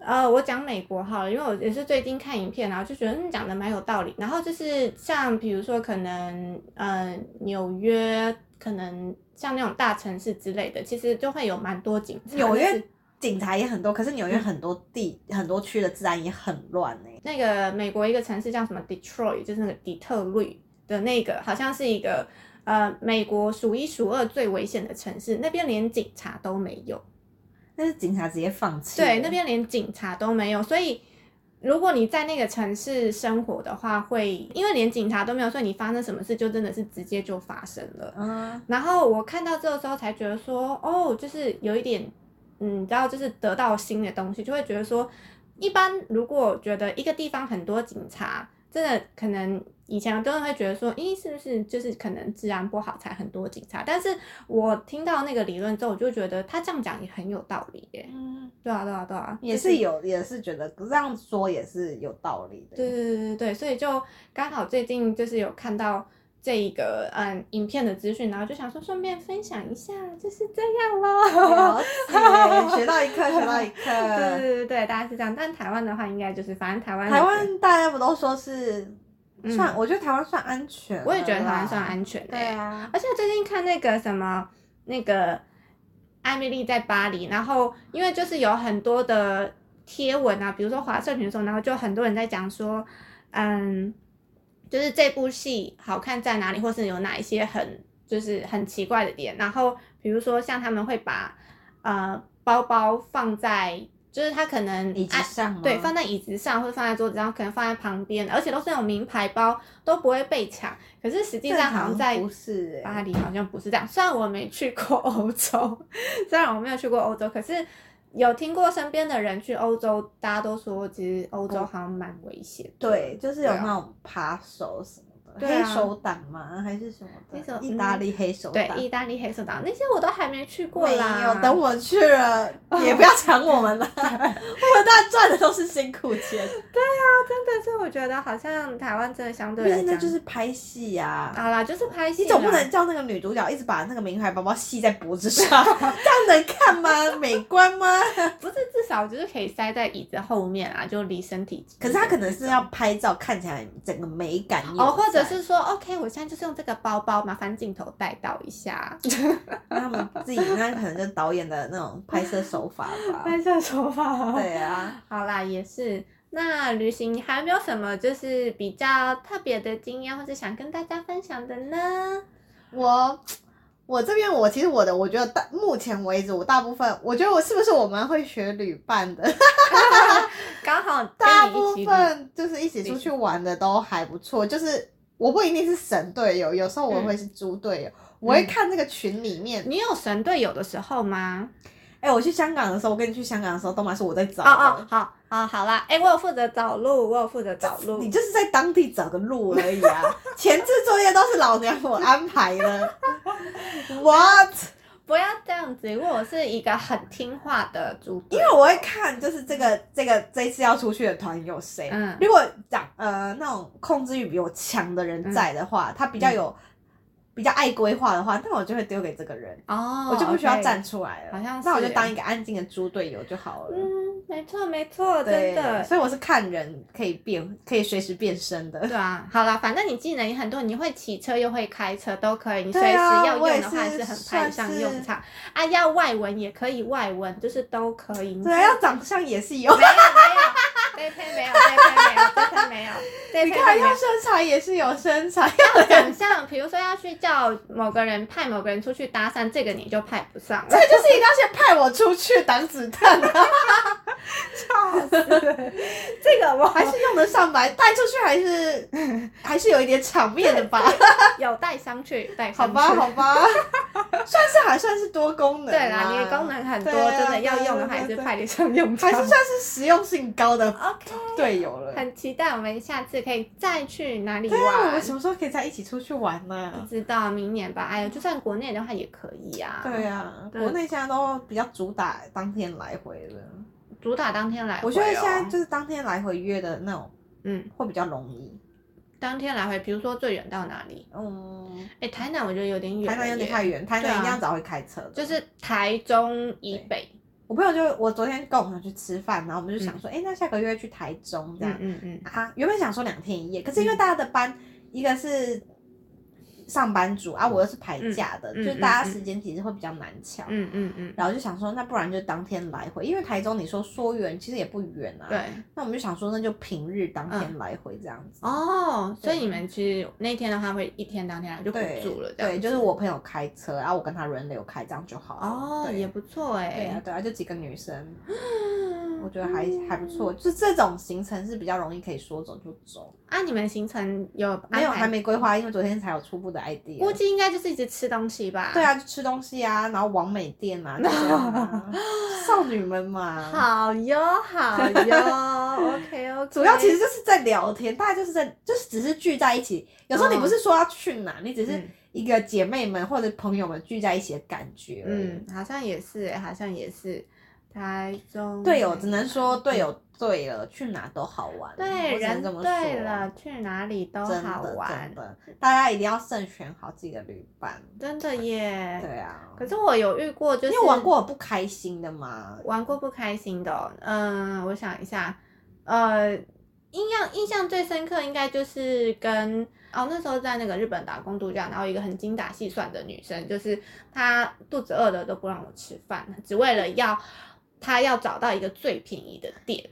Speaker 1: 呃，我讲美国好了，因为我也是最近看影片，然后就觉得嗯讲的蛮有道理。然后就是像比如说可能呃纽约，可能像那种大城市之类的，其实就会有蛮多警察。
Speaker 2: 纽
Speaker 1: 就
Speaker 2: 约
Speaker 1: 是嗯
Speaker 2: 警察也很多，可是纽约很多地、很多区的治安也很乱哎、
Speaker 1: 那个美国一个城市叫什么 Detroit，就是那个底特律。的那个好像是一个呃美国数一数二最危险的城市，那边连警察都没有。
Speaker 2: 那是警察直接放弃了。
Speaker 1: 对，那边连警察都没有，所以如果你在那个城市生活的话会，因为连警察都没有，所以你发生什么事就真的是直接就发生了。
Speaker 2: 嗯，
Speaker 1: 然后我看到这个时候才觉得说，哦，就是有一点，嗯，你知道，就是得到新的东西，就会觉得说，一般如果觉得一个地方很多警察，真的可能以前都会觉得说，咦，是不是就是可能治安不好才很多警察？但是我听到那个理论之后，我就觉得他这样讲也很有道理耶。
Speaker 2: 嗯，
Speaker 1: 对啊，对啊，对啊，
Speaker 2: 也
Speaker 1: 就是
Speaker 2: 有，也是觉得这样说也是有道理的。
Speaker 1: 对对对对对，所以就刚好最近就是有看到这一个嗯影片的资讯，然后就想说顺便分享一下，就是这样咯。
Speaker 2: 了解，学到一课，学到一
Speaker 1: 对
Speaker 2: 课。
Speaker 1: 对对对，大概是这样。但台湾的话，应该就是反正台湾
Speaker 2: 台湾大家不都说是
Speaker 1: 嗯
Speaker 2: 算，我觉得台湾算安全，
Speaker 1: 我也觉得台湾算安全的、
Speaker 2: 对啊，
Speaker 1: 而且最近看那个什么那个艾米丽在巴黎，然后因为就是有很多的贴文啊，比如说华社群的时候，然后就很多人在讲说，嗯，就是这部戏好看在哪里，或是有哪一些很就是很奇怪的点，然后比如说像他们会把呃包包放在。就是他可能
Speaker 2: 椅子
Speaker 1: 按
Speaker 2: 上吗
Speaker 1: 对，放在椅子上或者放在桌子上，可能放在旁边，而且都是那种名牌包，都不会被抢。可是实际
Speaker 2: 正
Speaker 1: 上好像
Speaker 2: 常
Speaker 1: 在
Speaker 2: 不是
Speaker 1: 巴
Speaker 2: 欸，
Speaker 1: 黎好像不是这样，虽然我没去过 [laughs] 欧洲，虽然我没有去过欧洲，可是有听过身边的人去欧洲，大家都说其实欧洲好像蛮危险的。
Speaker 2: 哦对，就是有
Speaker 1: 对啊
Speaker 2: 那种扒手什么的，
Speaker 1: 对啊
Speaker 2: 黑手党嘛，还是什么
Speaker 1: 黑手嗯
Speaker 2: 的，意大利黑手
Speaker 1: 对，
Speaker 2: 党。
Speaker 1: 意大利黑手党那些我都还没去过
Speaker 2: 没
Speaker 1: 啦。
Speaker 2: 有，等我去了， [laughs] 也不要抢我们了， [laughs] 我们大家赚的都是辛苦钱，
Speaker 1: 真的是我觉得好像台湾真的相
Speaker 2: 毕
Speaker 1: 对啊来
Speaker 2: 竟那
Speaker 1: 讲，
Speaker 2: 就是拍戏啊呀、
Speaker 1: 好啦，就是拍戏
Speaker 2: 你
Speaker 1: 啦，
Speaker 2: 总不能叫那个女主角一直把那个名牌包包系在脖子上，
Speaker 1: [laughs]
Speaker 2: 这样能看吗？美观吗？
Speaker 1: 不是至少就是可以塞在椅子后面啊，就离身体近一
Speaker 2: 可
Speaker 1: 点。
Speaker 2: 是她可能是要拍照，看起来整个美感有
Speaker 1: 哦，或者
Speaker 2: 在
Speaker 1: 是说，OK，我现在就是用这个包包，麻烦镜头带到一下。
Speaker 2: 那他们自己那可能就导演的那种拍摄手法
Speaker 1: [laughs]
Speaker 2: 吧。
Speaker 1: 摄手法
Speaker 2: 对啊，
Speaker 1: 好啦，也是。那旅行还有没有什么就是比较特别的经验，或者想跟大家分享的呢？
Speaker 2: 我我这边我其实我的我觉得大目前为止我大部分我觉得我是不是我们会学旅伴的，
Speaker 1: 刚好跟
Speaker 2: 大
Speaker 1: 你一
Speaker 2: 部
Speaker 1: 起旅
Speaker 2: 分就是一起出去玩的都还不错，就是我不一定是神队友，有时候
Speaker 1: 嗯
Speaker 2: 我会是猪队友，我会看那个群里面。
Speaker 1: 你有神队友的时候吗？
Speaker 2: 哎、我去香港的时候，我跟你去香港的时候，都嘛是我在找
Speaker 1: 哦
Speaker 2: 的
Speaker 1: 哦，好哦，好啦，哎、我有负责找路，我有负责找路
Speaker 2: 你。就是在当地找个路而已啊，前置作业都是老娘我安排的。What？
Speaker 1: 不要这样子，因为我是一个很听话的主，
Speaker 2: 因为我会看，就是这个这个这一次要出去的团有谁。
Speaker 1: 嗯
Speaker 2: 如果讲呃那种控制欲比我强的人在的话，他比
Speaker 1: 嗯
Speaker 2: 较有、比较爱规划的话，那我就会丢给这个人，
Speaker 1: 哦，
Speaker 2: 我就不需要
Speaker 1: OK
Speaker 2: 站出来了。
Speaker 1: 好像是
Speaker 2: 那我就当一个安静的猪队友就好了。
Speaker 1: 嗯，没错没错，
Speaker 2: 对
Speaker 1: 真的。
Speaker 2: 所以我是看人可以变，可以随时变身 [laughs] 的。
Speaker 1: 对啊，好啦，反正你技能也很多，你会骑车又会开车都可以，你随
Speaker 2: 对
Speaker 1: 时
Speaker 2: 啊
Speaker 1: 要用
Speaker 2: 我也
Speaker 1: 的话
Speaker 2: 是
Speaker 1: 是很派得
Speaker 2: 算
Speaker 1: 上
Speaker 2: 是
Speaker 1: 用场。啊，要外文也可以外文，就是都可以。你
Speaker 2: 对，啊
Speaker 1: 是
Speaker 2: 要长相也是有，
Speaker 1: 没有没有，这篇没有，
Speaker 2: [laughs]
Speaker 1: 这篇没有，这篇没有，这
Speaker 2: 你
Speaker 1: 篇没
Speaker 2: 看
Speaker 1: 有
Speaker 2: 要。身材也是有身材， [laughs]
Speaker 1: 要长相，比如说要去叫某个人派某个人出去搭讪，这个你就派不上了
Speaker 2: 这。就是一定要先派我出去挡子
Speaker 1: [laughs]
Speaker 2: 弹啊！笑死！
Speaker 1: 这个我
Speaker 2: 还是用得上吧，带出去
Speaker 1: [laughs]
Speaker 2: 还是还是有一点场面的吧？
Speaker 1: 有带上去，带
Speaker 2: 好
Speaker 1: 上去。
Speaker 2: 吧，好
Speaker 1: [laughs]
Speaker 2: 吧，算是还算是多功能。
Speaker 1: 对啦，你的功。能很多，
Speaker 2: 对啊
Speaker 1: 真的要用的话
Speaker 2: 对
Speaker 1: 还
Speaker 2: 对
Speaker 1: 是
Speaker 2: 对
Speaker 1: 派得上用场。
Speaker 2: 还是算是实用性高的
Speaker 1: OK。
Speaker 2: [laughs] 队友了。
Speaker 1: 很期待我们下次可以再去哪里
Speaker 2: 对啊，我
Speaker 1: 玩
Speaker 2: 们。什么时候可以在一起出去玩
Speaker 1: 不
Speaker 2: 呢？
Speaker 1: 知道明年吧，哎呦，就算国内的话也可以啊。
Speaker 2: 对，啊，
Speaker 1: 对
Speaker 2: 国内现在都比较主打当天来回的。
Speaker 1: 主打当天来回哦、
Speaker 2: 我觉得现在就是当天来回约的那种
Speaker 1: 嗯，
Speaker 2: 会比较容易。
Speaker 1: 当天来回，比如说最远到哪里？
Speaker 2: 嗯，
Speaker 1: 哎，台南我觉得有点远了耶，
Speaker 2: 台南有点太远，台
Speaker 1: 对
Speaker 2: 南
Speaker 1: 啊
Speaker 2: 一定要早会开车的。
Speaker 1: 就是台中以北。
Speaker 2: 我朋友就我昨天跟我朋友去吃饭，然后我们就想说，哎、那下个月去台中这样
Speaker 1: 嗯嗯。嗯嗯，嗯
Speaker 2: 啊，原本想说两天一夜，可是因为大家的班，一个是上班族啊，我又是排假的，
Speaker 1: 嗯嗯
Speaker 2: 就
Speaker 1: 嗯
Speaker 2: 大
Speaker 1: 嗯
Speaker 2: 家时间其实会比较难抢。
Speaker 1: 嗯嗯嗯，
Speaker 2: 然后就想说，那不然就当天来回，因为台中你说说远其实也不远啊。。
Speaker 1: 对，嗯
Speaker 2: 那我们就想说，那就平日当天来回这样子。
Speaker 1: 哦，所以
Speaker 2: 对
Speaker 1: 你们其实那天的话会一天当天来就不
Speaker 2: 对
Speaker 1: 住了，这样
Speaker 2: 对，就是
Speaker 1: 子
Speaker 2: 我朋友开车，然后我跟他轮流开，这样就好了。
Speaker 1: 哦，
Speaker 2: 对
Speaker 1: 也不错
Speaker 2: 对啊
Speaker 1: 哎，，
Speaker 2: 对啊，就几个女生，
Speaker 1: 嗯
Speaker 2: 我觉得还还不错。就这种行程是比较容易可以说走就走。
Speaker 1: 啊，你们行程有安
Speaker 2: 没有，
Speaker 1: 排
Speaker 2: 还没规划，因为昨天才有初步的 idea。
Speaker 1: 估计应该就是一直吃东西吧。
Speaker 2: 对，啊，就吃东西啊，然后往美店啊，就这样
Speaker 1: [laughs]
Speaker 2: 啊少女们嘛。
Speaker 1: 好哟好
Speaker 2: [laughs]
Speaker 1: 哟，OK OK。
Speaker 2: 主要其实就是在聊天，大家就是在就是只是聚在一起。有时候你
Speaker 1: 嗯
Speaker 2: 不是说要去哪，你只是
Speaker 1: 嗯
Speaker 2: 一个姐妹们或者朋友们聚在一起的感觉。嗯，
Speaker 1: 嗯，好像也是欸，好像也是，台中
Speaker 2: 队友只能说队友对了，去哪都好玩。
Speaker 1: 对
Speaker 2: 我只能
Speaker 1: 人
Speaker 2: 这么
Speaker 1: 对
Speaker 2: 说
Speaker 1: 了，去哪里都
Speaker 2: 真
Speaker 1: 好
Speaker 2: 的
Speaker 1: 玩
Speaker 2: 真，的，大家一定要慎选好自己的旅伴。
Speaker 1: 真的耶。
Speaker 2: 对啊，
Speaker 1: 可是我有遇过，就是
Speaker 2: 你有玩过我不开心的吗？
Speaker 1: 玩过不开心的哦、嗯，我想一下，呃，印象印象最深刻应该就是跟哦那时候在那个日本打工度假，然后一个很精打细算的女生，就是她肚子饿了都不让我吃饭，只为了要她要找到一个最便宜的店。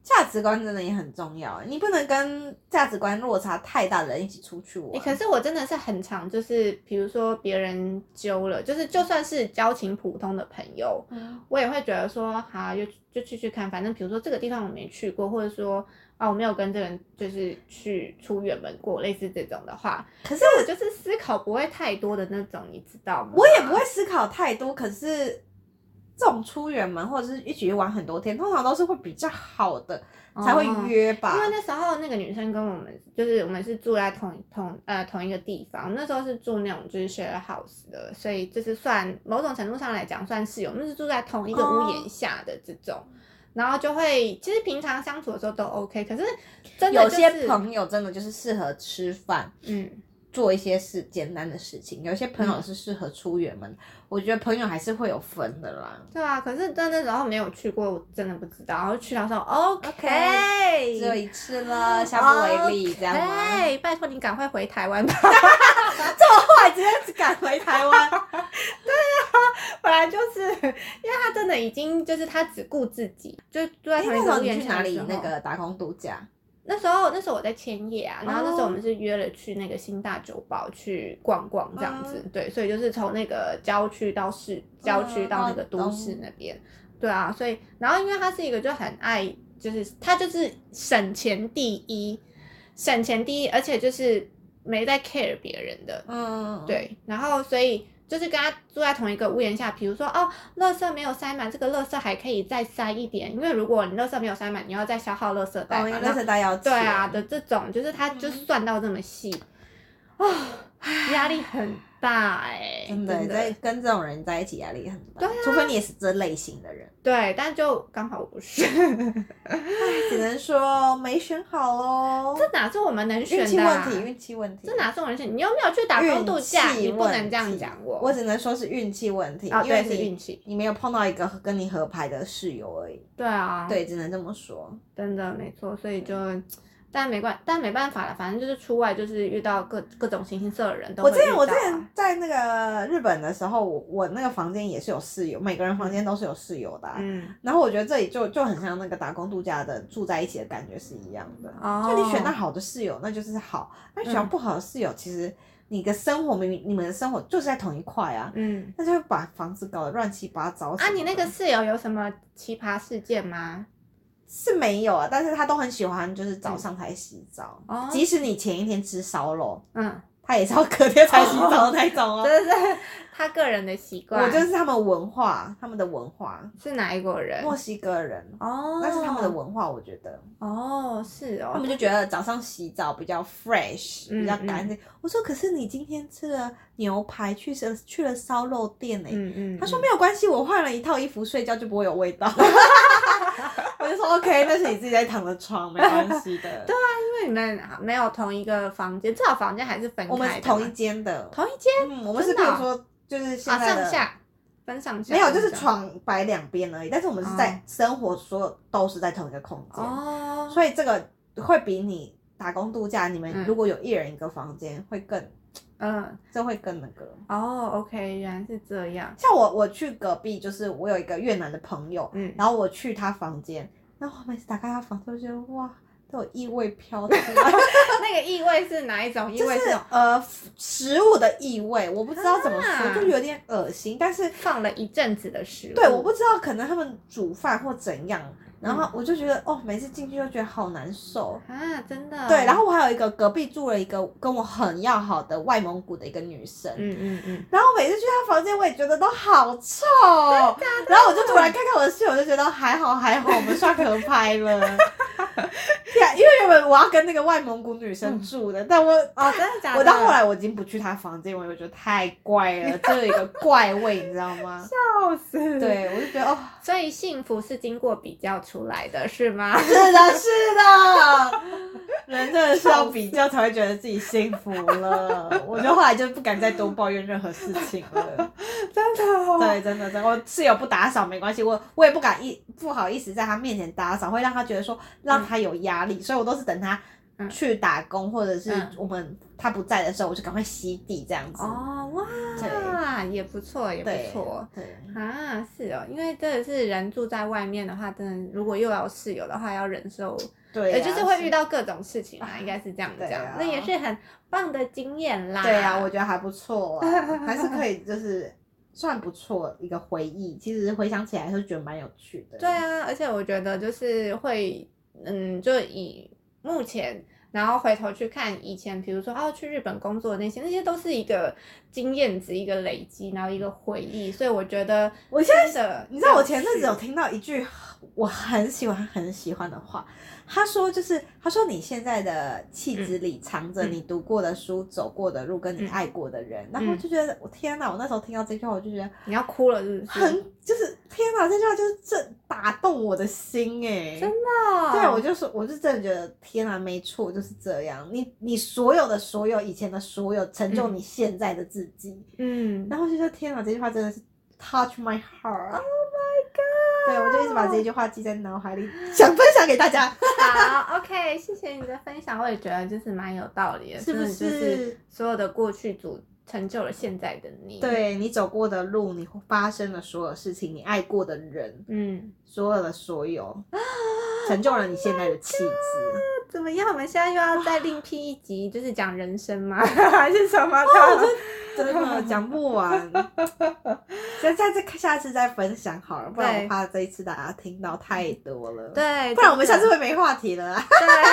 Speaker 2: 价值观真的也很重要，欸你不能跟价值观落差太大的人一起出去玩。
Speaker 1: 欸可是我真的是很常就是比如说别人揪了，就是就算是交情普通的朋友，
Speaker 2: 嗯，
Speaker 1: 我也会觉得说，好，啊就就去去看，反正比如说这个地方我没去过，或者说啊，我没有跟这个人就是去出远门过，类似这种的话，
Speaker 2: 可是
Speaker 1: 但我就是思考不会太多的那种，你知道吗？
Speaker 2: 我也不会思考太多。可是这种出远门或者是一起玩很多天，通常都是会比较好的
Speaker 1: 哦
Speaker 2: 才会约吧。
Speaker 1: 因为那时候那个女生跟我们，就是我们是住在同同呃同一个地方，我们那时候是住那种就是 share house 的，所以就是算某种程度上来讲算室友，我们是住在同一个屋檐下的这种。
Speaker 2: 嗯
Speaker 1: 然后就会，其实平常相处的时候都 OK，可是真的、
Speaker 2: 有
Speaker 1: 就是、
Speaker 2: 些朋友真的就是适合吃饭。
Speaker 1: 嗯，
Speaker 2: 做一些事简单的事情，有些朋友
Speaker 1: 嗯
Speaker 2: 是适合出远门，我觉得朋友还是会有分的啦。
Speaker 1: 对啊，可是真的时候没有去过，我真的不知道。然后去的时候，OK，
Speaker 2: 只有一次
Speaker 1: 啊
Speaker 2: 了，下不为例，这样吗？
Speaker 1: 对，拜托你赶快回台湾吧，
Speaker 2: 后来直接赶回
Speaker 1: [laughs]
Speaker 2: 台湾，
Speaker 1: 本来就是，因为他真的已经就是他只顾自己，就住在
Speaker 2: 哎
Speaker 1: 同
Speaker 2: 那
Speaker 1: 一
Speaker 2: 时
Speaker 1: 个
Speaker 2: 候
Speaker 1: 屋
Speaker 2: 你
Speaker 1: 檐
Speaker 2: 去哪
Speaker 1: 下的
Speaker 2: 里
Speaker 1: 时候。
Speaker 2: 那个打工度假？
Speaker 1: 那时候那时候我在千叶啊，然后那时候
Speaker 2: 哦
Speaker 1: 我们是约了去那个新大酒保去逛逛这样
Speaker 2: 哦
Speaker 1: 子，对，所以就是从那个郊区到市郊区到那个都市那边，对啊，所以然后因为他是一个就很爱，就是他就是省钱第一，省钱第一，而且就是没在 care 别人的，
Speaker 2: 嗯，
Speaker 1: 对，然后所以就是跟他住在同一个屋檐下，比如说哦，垃圾没有塞满，这个垃圾还可以再塞一点，因为如果你垃圾没有塞满，你要再消耗垃圾袋
Speaker 2: 哦，
Speaker 1: 嘛，
Speaker 2: 因为
Speaker 1: 那
Speaker 2: 那是大要
Speaker 1: 对啊
Speaker 2: 钱
Speaker 1: 的这种，就是他就
Speaker 2: 嗯
Speaker 1: 算到这么细，啊、压力很大哎、
Speaker 2: 真的在跟这种人在一起压力很大，
Speaker 1: 对啊
Speaker 2: 除非你也是这类型的人，
Speaker 1: 对，但就刚好我不是， [laughs]
Speaker 2: 只能说没选好喽，
Speaker 1: 这哪是我们能选
Speaker 2: 运气
Speaker 1: 的、
Speaker 2: 问
Speaker 1: 啊？
Speaker 2: 题，运气问题，
Speaker 1: 这哪是我们能选？你又没有去打工度假，
Speaker 2: 运气
Speaker 1: 你不能这
Speaker 2: 问
Speaker 1: 样
Speaker 2: 题
Speaker 1: 讲我。
Speaker 2: 我只能说是运气问题，
Speaker 1: 啊，
Speaker 2: 因为
Speaker 1: 对，是运
Speaker 2: 你
Speaker 1: 气。
Speaker 2: 你没有碰到一个跟你合拍的室友而已，
Speaker 1: 对啊，，
Speaker 2: 对，只能这么说。
Speaker 1: 真的没错，所以就。但没关，但没办法了，反正就是出外就是遇到各各种形形色色的人都
Speaker 2: 我
Speaker 1: 会
Speaker 2: 之
Speaker 1: 遇
Speaker 2: 前
Speaker 1: 到
Speaker 2: 我
Speaker 1: 啊、
Speaker 2: 之前在那个日本的时候，我我那个房间也是有室友，每个人房间都是有室友的啊、
Speaker 1: 嗯，
Speaker 2: 然后我觉得这里就就很像那个打工度假的住在一起的感觉是一样的。
Speaker 1: 哦，嗯
Speaker 2: 就你选到好的室友，那就是好；那选到不好的室友，其实你的生活明明你们的生活就是在同一块啊，
Speaker 1: 嗯，
Speaker 2: 那就会把房子搞得乱七八糟什
Speaker 1: 啊，
Speaker 2: 么的。
Speaker 1: 你那个室友有什么奇葩事件吗？
Speaker 2: 是没有啊，但是他都很喜欢，就是早上才洗澡，
Speaker 1: 嗯哦
Speaker 2: 即使你前一天吃烧肉，
Speaker 1: 嗯，
Speaker 2: 他也是要隔天才洗澡的那
Speaker 1: [laughs]
Speaker 2: 种哦。
Speaker 1: 这是他个人的习惯。
Speaker 2: 我就是他们文化，他们的文化，
Speaker 1: 是哪一国人？
Speaker 2: 墨西哥人，
Speaker 1: 哦，
Speaker 2: 那是他们的文化，我觉得。
Speaker 1: 哦，是
Speaker 2: 他
Speaker 1: 哦
Speaker 2: 们，就觉得早上洗澡比较 fresh，、
Speaker 1: 嗯
Speaker 2: 比较干净。我说，可是你今天吃了牛排，去了去了烧肉店呢、
Speaker 1: 嗯嗯，
Speaker 2: 他说
Speaker 1: 嗯
Speaker 2: 没有关系，我换了一套衣服睡觉就不会有味 [laughs] 道。我就说 OK，那是你自己在躺着床，没关系 [laughs] 的。对、
Speaker 1: 因为你们啊没有同一个房间，至少房间还是分开的嘛
Speaker 2: 我们是同一间的。
Speaker 1: 同一间
Speaker 2: 嗯，我们是
Speaker 1: 真
Speaker 2: 比
Speaker 1: 的
Speaker 2: 如
Speaker 1: 哦
Speaker 2: 说就是现
Speaker 1: 啊，
Speaker 2: 在的、
Speaker 1: 上下分上下，
Speaker 2: 没有，就是床摆两边而已。但是我们是
Speaker 1: 哦
Speaker 2: 在生活所有都是在同一个空间，
Speaker 1: 哦，
Speaker 2: 所以这个会比你打工度假，你们
Speaker 1: 嗯
Speaker 2: 如果有一人一个房间会更。
Speaker 1: 嗯，
Speaker 2: 这会更那个。
Speaker 1: 哦，OK，原来是这样，
Speaker 2: 像我我去隔壁，就是我有一个越南的朋友，
Speaker 1: 嗯，
Speaker 2: 然后我去他房间，然后我每次打开他房间，我就觉得哇，都有异味飘
Speaker 1: [laughs]
Speaker 2: 出来， [laughs]
Speaker 1: 那个异味是哪一种异
Speaker 2: 就
Speaker 1: 味？
Speaker 2: 是
Speaker 1: 是那种
Speaker 2: 呃食物的异味，我不知道怎么说，
Speaker 1: 啊
Speaker 2: 就有点恶心。但是
Speaker 1: 放了一阵子的食物，
Speaker 2: 对，我不知道可能他们煮饭或怎样，然
Speaker 1: 嗯
Speaker 2: 后我就觉得、哦，每次进去就觉得好难受。
Speaker 1: 啊，真的，
Speaker 2: 对，然后我还有一个隔壁住了一个跟我很要好的外蒙古的一个女生，
Speaker 1: 嗯嗯嗯，
Speaker 2: 然后我每次去她房间，我也觉得都好臭。然后我就突然看看我的室友，就觉得还好还好，我们刷合拍了。对啊，因为原本我要跟那个外蒙古女生住的，但我
Speaker 1: 嗯哦，真的假的？
Speaker 2: 我到后来我已经不去她房间，我就觉得太怪了，这有一个怪味，你知道
Speaker 1: [laughs]
Speaker 2: 吗？
Speaker 1: 笑死，，
Speaker 2: 对，我就觉得哦，
Speaker 1: 所以幸福是经过比较出来的，是吗？
Speaker 2: [laughs] 是的，是的。人真的是要比较才会觉得自己幸福了，
Speaker 1: [laughs]
Speaker 2: 我就后来就不敢再多抱怨任何事情了。
Speaker 1: 真的、哦，
Speaker 2: 对，真的，真的，我室友不打扫没关系，我我也不敢一不好意思在他面前打扫，会让他觉得说让他有压力，所以我都是等他
Speaker 1: 嗯
Speaker 2: 去打工、或者是
Speaker 1: 嗯
Speaker 2: 我们他不在的时候，我就赶快吸地这样子。
Speaker 1: 哦哇，也不错，也
Speaker 2: 对
Speaker 1: 不错。
Speaker 2: 对，
Speaker 1: 啊，是哦，因为真的是人住在外面的话，真的如果又要有室友的话，要忍受，
Speaker 2: 对、啊，
Speaker 1: 也就是会遇
Speaker 2: 到。
Speaker 1: 到各种事情嘛，应该是这样
Speaker 2: 对
Speaker 1: 讲，
Speaker 2: 啊
Speaker 1: 那也是很棒的经验啦。
Speaker 2: 对啊，我觉得还不
Speaker 1: [laughs]
Speaker 2: 错啊，还是可以，就是算不错一个回忆。其实回想起来是觉得蛮有趣的。
Speaker 1: 对，啊，而且我觉得就是会，嗯，就以目前，然后回头去看以前，比如说哦去日本工作的那些，那些都是一个经验值，一个累积，然后一个回忆，所以我觉得
Speaker 2: 我现在
Speaker 1: 真的
Speaker 2: 你知道
Speaker 1: 要
Speaker 2: 我前阵子有
Speaker 1: 去
Speaker 2: 听到一句我很喜欢很喜欢的话，他说就是他说你现在的气质里藏着
Speaker 1: 嗯
Speaker 2: 你读过的书、走过的路跟你爱过的人，然后我
Speaker 1: 嗯
Speaker 2: 就觉得我天哪！我那时候听到这句话，我就觉得
Speaker 1: 你要哭了是不是？
Speaker 2: 很就是天哪！这句话就是这打动我的心哎、
Speaker 1: 真的
Speaker 2: 对，我就说，我是真的觉得，天哪，没错，就是这样。你你所有的所有，以前的所有，成就
Speaker 1: 嗯
Speaker 2: 你现在的自己。
Speaker 1: 嗯，
Speaker 2: 然后就说天啊哪，这句话真的是 touch my heart。Oh my god！对，我就一直把这句话记在脑海里，想分享给大 [laughs] 家，
Speaker 1: 好，OK，谢谢你的分享，我也觉得就是蛮有道理的，
Speaker 2: 是不
Speaker 1: 真的就是
Speaker 2: 是？
Speaker 1: 所有的过去组成就了现在的你。，
Speaker 2: 对你走过的路，你发生的所有事情，你爱过的人，
Speaker 1: 嗯，
Speaker 2: 所有的所 [gasps] 有，成就了你现在的气质。
Speaker 1: 那怎么样？我们现在又要再另辟一集，就是讲人生
Speaker 2: [laughs]
Speaker 1: 吗？哦还是什么的？
Speaker 2: 真的讲不完，下下次下次再分享好了，不然
Speaker 1: 对
Speaker 2: 我怕这一次大家听到太多了。，
Speaker 1: 对，
Speaker 2: 啊不然我们
Speaker 1: 真
Speaker 2: 下
Speaker 1: 的
Speaker 2: 次会没话题了啊。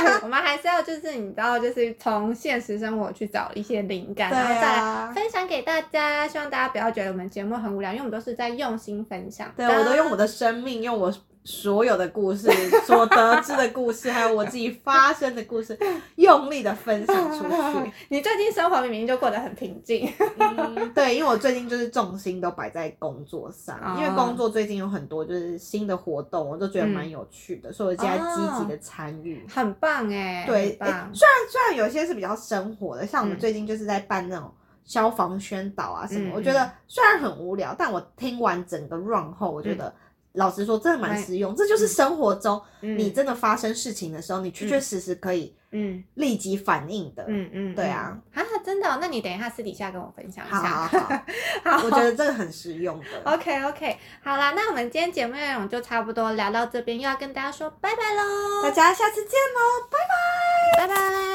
Speaker 1: 对，我们还是要就是你知道，就是从现实生活去找一些灵感，
Speaker 2: 对
Speaker 1: 然后再来
Speaker 2: 啊，
Speaker 1: 分享给大家。希望大家不要觉得我们节目很无聊，因为我们都是在用心分享
Speaker 2: 对啊
Speaker 1: 的。
Speaker 2: 我都用我的生命，用我所有的故事、所得知的故事，还有我自己发生的故事，用力的分享出 [laughs] 去。
Speaker 1: [laughs] 你最近生活明明就过得很平静，
Speaker 2: 嗯，对，因为我最近就是重心都摆在工作上，
Speaker 1: 哦
Speaker 2: 因为工作最近有很多就是新的活动，我都觉得蛮有趣的，所以我现在积极的参与。
Speaker 1: 很棒哎、
Speaker 2: 对，
Speaker 1: 很
Speaker 2: 诶
Speaker 1: 棒。
Speaker 2: 虽然虽然有些是比较生活的，像我们
Speaker 1: 嗯
Speaker 2: 最近就是在办那种消防宣导啊什么，
Speaker 1: 嗯
Speaker 2: 我觉得虽然很无聊，但我听完整个 run 后，我觉得、老实说真的蛮
Speaker 1: 嗯蛮
Speaker 2: 实用，这就是生活中
Speaker 1: 嗯
Speaker 2: 你真的发生事情的时候，你确确实实可以
Speaker 1: 嗯
Speaker 2: 立即反应的。
Speaker 1: 嗯嗯，
Speaker 2: 对啊
Speaker 1: 嗯，啊，真的哦、那你等一下私底下跟我分享一
Speaker 2: 好啊好
Speaker 1: 下。
Speaker 2: 好，
Speaker 1: [laughs] 好
Speaker 2: 我觉得这个很实用的。
Speaker 1: OK OK，好啦，那我们今天节目内容就差不多聊到这边，又要跟大家说拜拜喽，
Speaker 2: 大家下次见喽，拜拜。
Speaker 1: 拜拜。